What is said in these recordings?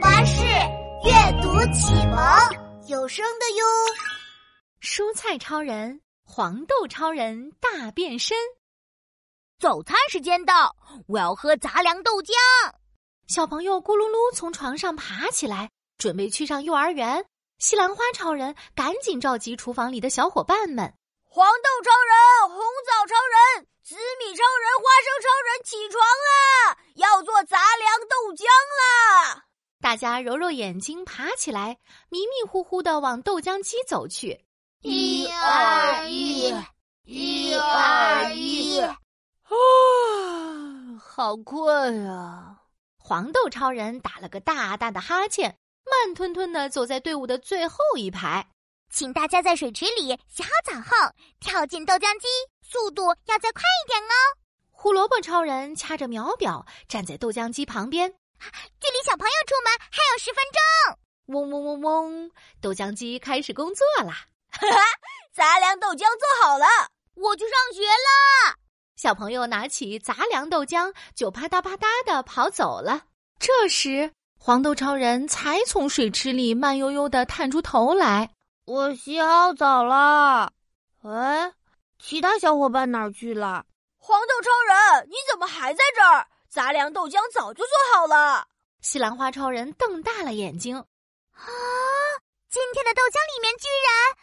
巴士阅读启蒙有声的哟。蔬菜超人、黄豆超人大变身。早餐时间到，我要喝杂粮豆浆。小朋友咕噜噜从床上爬起来，准备去上幼儿园。西兰花超人赶紧召集厨房里的小伙伴们。黄豆超人、红枣超人、紫米超人、花生超人，起床啦！要做杂粮豆浆啦！大家揉揉眼睛，爬起来，迷迷糊糊的往豆浆机走去。一二一，一二一，啊，好困啊！黄豆超人打了个大大的哈欠，慢吞吞的走在队伍的最后一排。请大家在水池里洗好澡后跳进豆浆机，速度要再快一点哦。胡萝卜超人掐着秒表站在豆浆机旁边，距离小朋友出门还有十分钟。嗡嗡嗡嗡，豆浆机开始工作啦！哈哈，杂粮豆浆做好了，我去上学啦！小朋友拿起杂粮豆浆就啪嗒啪嗒的跑走了。这时，黄豆超人才从水池里慢悠悠的探出头来。我洗好澡了，哎，其他小伙伴哪儿去了？黄豆超人，你怎么还在这儿？杂粮豆浆早就做好了。西兰花超人瞪大了眼睛，啊！今天的豆浆里面居然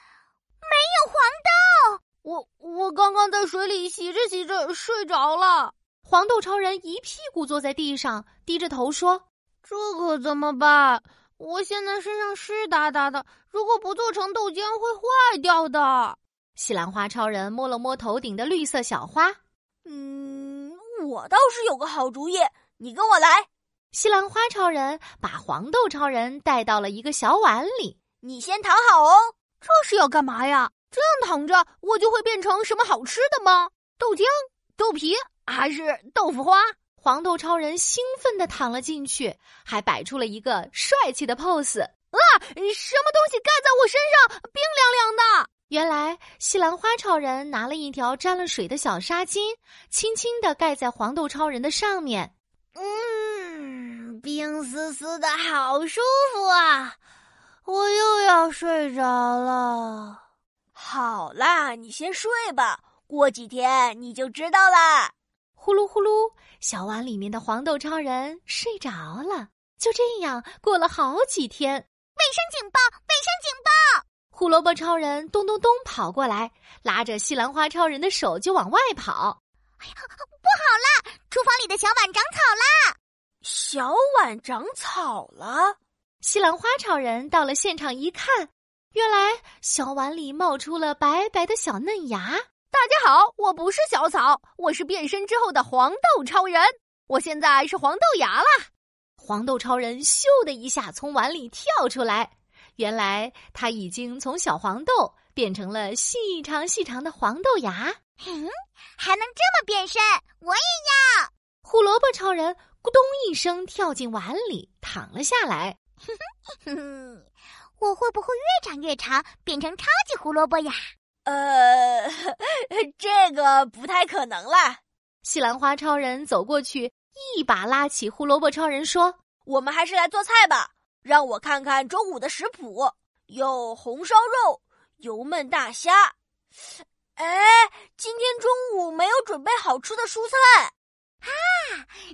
没有黄豆！我我刚刚在水里洗着洗着睡着了。黄豆超人一屁股坐在地上，低着头说：“这可怎么办？”我现在身上湿哒哒的，如果不做成豆浆会坏掉的。西兰花超人摸了摸头顶的绿色小花，嗯，我倒是有个好主意，你跟我来。西兰花超人把黄豆超人带到了一个小碗里，你先躺好哦。这是要干嘛呀？这样躺着我就会变成什么好吃的吗？豆浆、豆皮还是豆腐花？黄豆超人兴奋地躺了进去，还摆出了一个帅气的 pose。啊，什么东西盖在我身上，冰凉凉的。原来西兰花超人拿了一条沾了水的小纱巾，轻轻地盖在黄豆超人的上面。嗯，冰丝丝的好舒服啊！我又要睡着了。好啦，你先睡吧，过几天你就知道啦。呼噜呼噜，小碗里面的黄豆超人睡着了。就这样过了好几天。卫生警报！卫生警报！胡萝卜超人咚咚咚跑过来，拉着西兰花超人的手就往外跑。哎呀，不好啦！厨房里的小碗长草啦！小碗长草了。西兰花超人到了现场一看，原来小碗里冒出了白白的小嫩芽。大家好，我不是小草，我是变身之后的黄豆超人。我现在是黄豆芽啦！黄豆超人咻的一下从碗里跳出来，原来他已经从小黄豆变成了细长细长的黄豆芽。嗯，还能这么变身，我也要！胡萝卜超人咕咚一声跳进碗里，躺了下来。哼哼，我会不会越长越长，变成超级胡萝卜呀？呃，这个不太可能啦。西兰花超人走过去，一把拉起胡萝卜超人，说：“我们还是来做菜吧，让我看看中午的食谱，有红烧肉，油焖大虾。哎，今天中午没有准备好吃的蔬菜啊，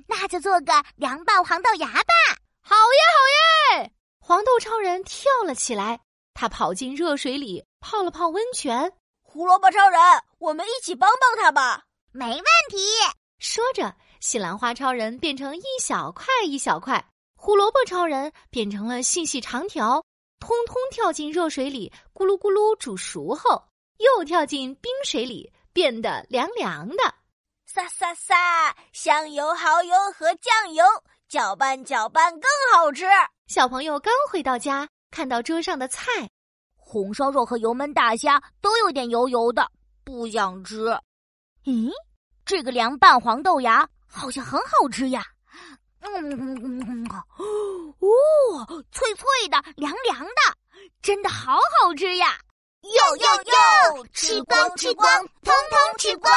那就做个凉拌黄豆芽吧。”好耶，好耶！黄豆超人跳了起来，他跑进热水里泡了泡温泉。胡萝卜超人，我们一起帮帮他吧！没问题。说着，西兰花超人变成一小块一小块，胡萝卜超人变成了细细长条，通通跳进热水里，咕噜咕噜煮熟后，又跳进冰水里，变得凉凉的。撒撒撒，香油、蚝油和酱油，搅拌搅拌更好吃。小朋友刚回到家，看到桌上的菜。红烧肉和油焖大虾都有点油油的，不想吃。咦、嗯，这个凉拌黄豆芽好像很好吃呀！嗯嗯嗯嗯，哦，脆脆的，凉凉的，真的好好吃呀！哟哟哟，吃光吃光，通通吃光！